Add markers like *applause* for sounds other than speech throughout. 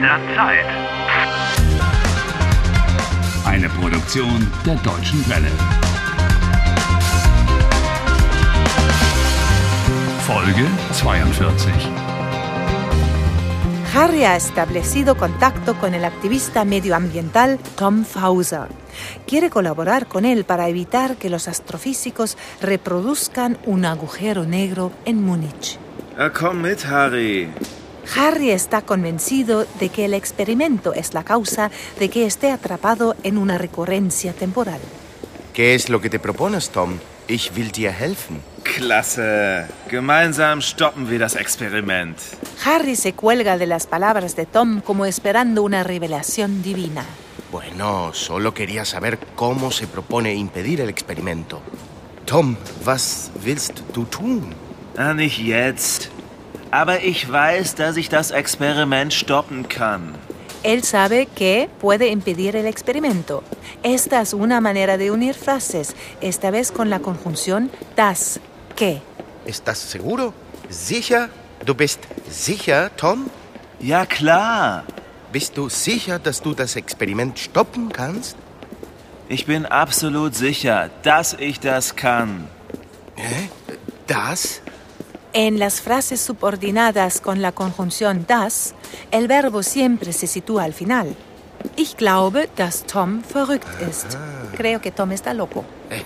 der Zeit. Eine Produktion der Deutschen Welle. Folge 42. Harry ha establecido contacto con el activista medioambiental Tom Fauser. Quiere colaborar con él para evitar que los astrofísicos reproduzcan un agujero negro en Múnich. Ja, Äh, komm mit, Harry. Harry está convencido de que el experimento es la causa de que esté atrapado en una recurrencia temporal. ¿Qué es lo que te propones, Tom? Ich will dir helfen. Klasse. Gemeinsam stoppen wir das Experiment. Harry se cuelga de las palabras de Tom como esperando una revelación divina. Bueno, solo quería saber cómo se propone impedir el experimento. Tom, was willst du tun? Na, nicht jetzt. Aber ich weiß, dass ich das Experiment stoppen kann. Él sabe que puede impedir el experimento. Esta es una manera de unir frases, esta vez con la conjunción das, que. ¿Estás seguro? ¿Sicher? ¿Du bist sicher, Tom? Ja, klar. ¿Bist du sicher, dass du das Experiment stoppen kannst? Ich bin absolut sicher, dass ich das kann. Hä? Das? En las frases subordinadas con la conjunción das, el verbo siempre se sitúa al final. Ich glaube, dass Tom verrückt ist. Creo que Tom está loco. Äh,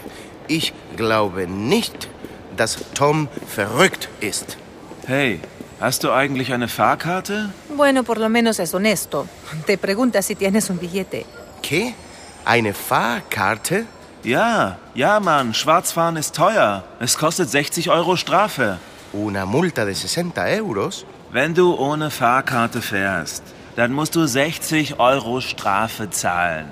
Ich glaube nicht, dass Tom verrückt ist. Hey, hast du eigentlich eine Fahrkarte? Bueno, por lo menos es honesto. Te pregunta si tienes un billete. ¿Qué? ¿Eine Fahrkarte? Ja, ja, Mann, Schwarzfahren ist teuer. Es kostet 60 Euro Strafe. ¿Una multa de 60 euros? Wenn du ohne Fahrkarte fährst, dann musst du 60 Euro Strafe zahlen.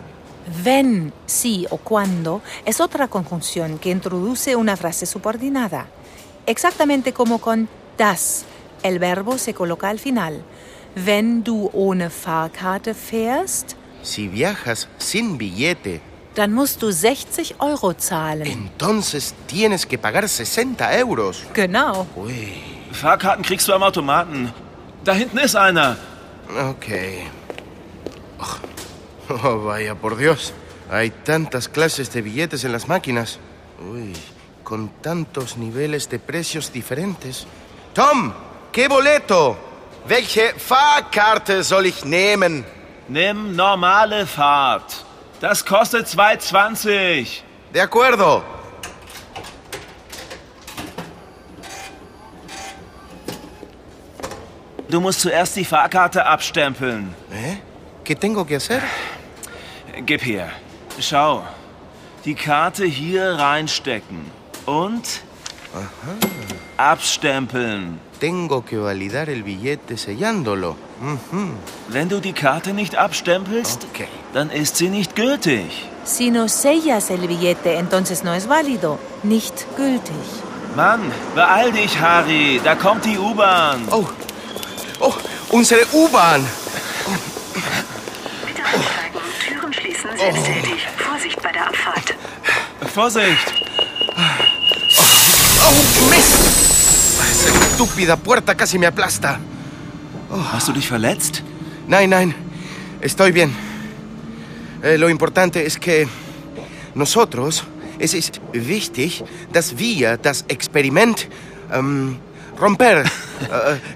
Ven, sí o cuando es otra conjunción que introduce una frase subordinada. Exactamente como con das, el verbo se coloca al final. Wenn du ohne Fahrkarte fährst, Si viajas sin billete, dann musst du 60 Euro zahlen. entonces tienes que pagar 60 euros. Genau. Uy, Fahrkarten kriegst du am Automaten. Da hinten ist einer. ok. Oj. Oh, vaya, por Dios. Hay tantas clases de billetes en las máquinas. Uy, con tantos niveles de precios diferentes. Tom, ¿qué boleto? Welche Fahrkarte soll ich nehmen? Nimm normale Fahrt. Das kostet 2,20. De acuerdo. Du musst zuerst die Fahrkarte abstempeln. ¿Eh? ¿Qué tengo que hacer? Gib her. Schau. Die Karte hier reinstecken. Und abstempeln. Tengo que validar el billete sellándolo. Wenn du die Karte nicht abstempelst, Okay. dann ist sie nicht gültig. Si no sellas el billete, entonces no es válido, nicht gültig. *laughs* Mann, beeil dich, Harry. Da kommt die U-Bahn. Oh, oh, unsere U-Bahn. Bitte einsteigen. Türen schließen selbsttätig. Vorsicht bei der Abfahrt. Vorsicht. Oh, Mist. Esa estúpida puerta casi me aplasta. Hast du dich verletzt? Nein, nein, estoy bien. Eh, lo importante es que nosotros, es ist wichtig, dass wir das Experiment ähm, romper, *laughs* äh,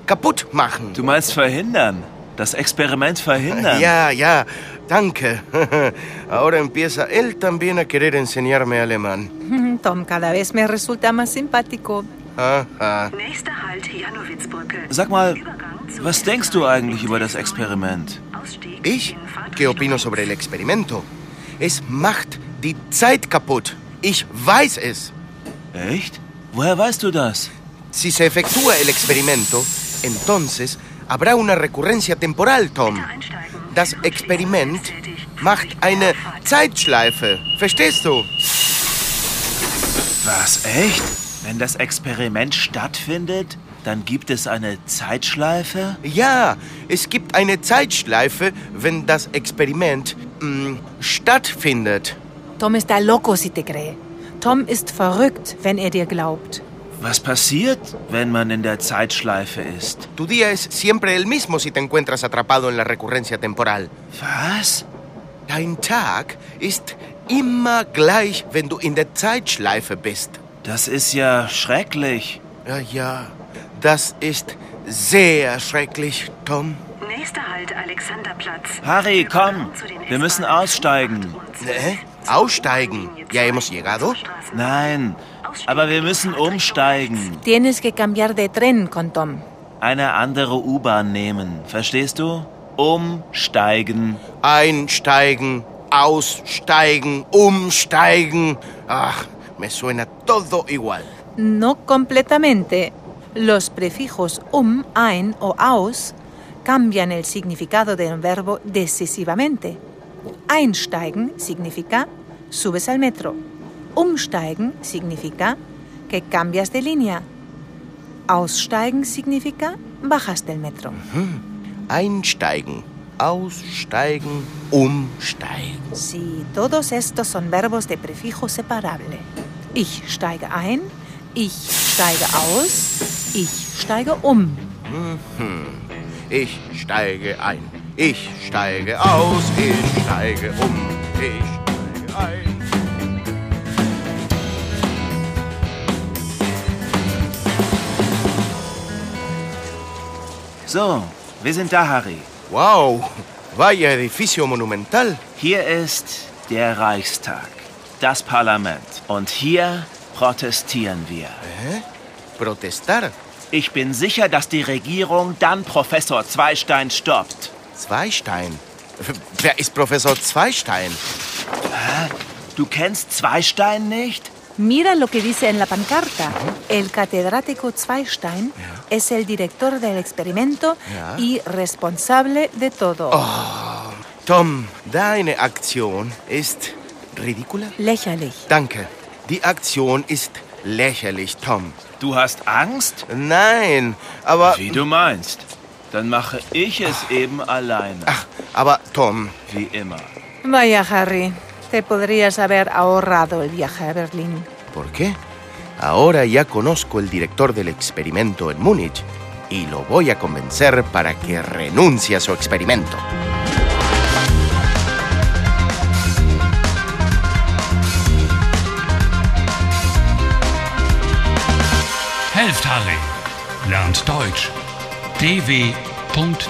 kaputt machen. Du meinst verhindern. Das Experiment verhindern. Ya, ya, danke. *laughs* Ahora empieza él también a querer enseñarme alemán. Tom cada vez me resulta más simpático. Ajá. Nächster Halt Janowitzbrücke. Sag mal, Übergang zu was denkst du eigentlich über das Experiment? Ausstieg Ich? in Fahrtrichtung ¿Qué opino sobre el experimento? Es macht die Zeit kaputt. Ich weiß es. Echt? Woher weißt du das? Si se efectúa el experimento, entonces habrá una recurrencia temporal, Tom. einsteigen. Das Experiment macht eine Zeitschleife. Verstehst du? Was? Echt? Wenn das Experiment stattfindet, dann gibt es eine Zeitschleife? Ja, es gibt eine Zeitschleife, wenn das Experiment mm, stattfindet. Tom está loco si te cree. Tom ist verrückt, wenn er dir glaubt. Was passiert, wenn man in der Zeitschleife ist? Tu día es siempre el mismo si te encuentras atrapado en la recurrencia temporal. Was? Dein Tag ist immer gleich, wenn du in der Zeitschleife bist. Das ist ja schrecklich. Ja, ja, das ist sehr schrecklich, Tom. Nächster Halt Alexanderplatz. Harry, komm. zu den Wir müssen S-Bahnen aussteigen. 8 und 12. ¿Eh? ¿Aussteigen? Linie ¿Ya 2 hemos llegado? Straßen- Nein, aber wir müssen umsteigen. Tienes que cambiar de tren con Tom. Eine andere U-Bahn nehmen. Verstehst du? Umsteigen. Einsteigen, aussteigen, umsteigen. Ah, me suena todo igual. No completamente. Los prefijos um, ein o aus cambian el significado del verbo decisivamente. Einsteigen significa subes al metro. Umsteigen significa que cambias de línea. Aussteigen significa bajas del metro. Einsteigen, aussteigen, umsteigen. Sí, todos estos son verbos de prefijo separable. Ich steige ein, ich steige aus, ich steige um. Ich steige ein, ich steige aus, ich steige um, ich steige ein. So, wir sind da, Harry. ¡Wow! Vaya edificio monumental. Hier ist der Reichstag, das Parlament. Und hier protestieren wir. ¿Eh? Protestar. Ich bin sicher, dass die Regierung dann Professor Zweistein stoppt. Zweistein. Wer ist Professor Zweistein? Du kennst Zweistein nicht? Mira lo que dice en la pancarta. El catedrático Zweistein es el director del experimento Ja. y responsable de todo. Tom, deine Aktion ist ridicula. Lächerlich. Danke. Die Aktion ist lächerlich, Tom. Du hast Angst? Nein, aber. Wie du meinst. Dann mache ich es eben alleine. Ach, aber Tom, Wie immer. Vaya, Harry. Te podrías haber ahorrado el viaje a Berlín. ¿por qué? Ahora ya conozco el director del experimento en Múnich y lo voy a convencer para que renuncie a su experimento. Helft Harry. Lernt Deutsch. dw.com/harry.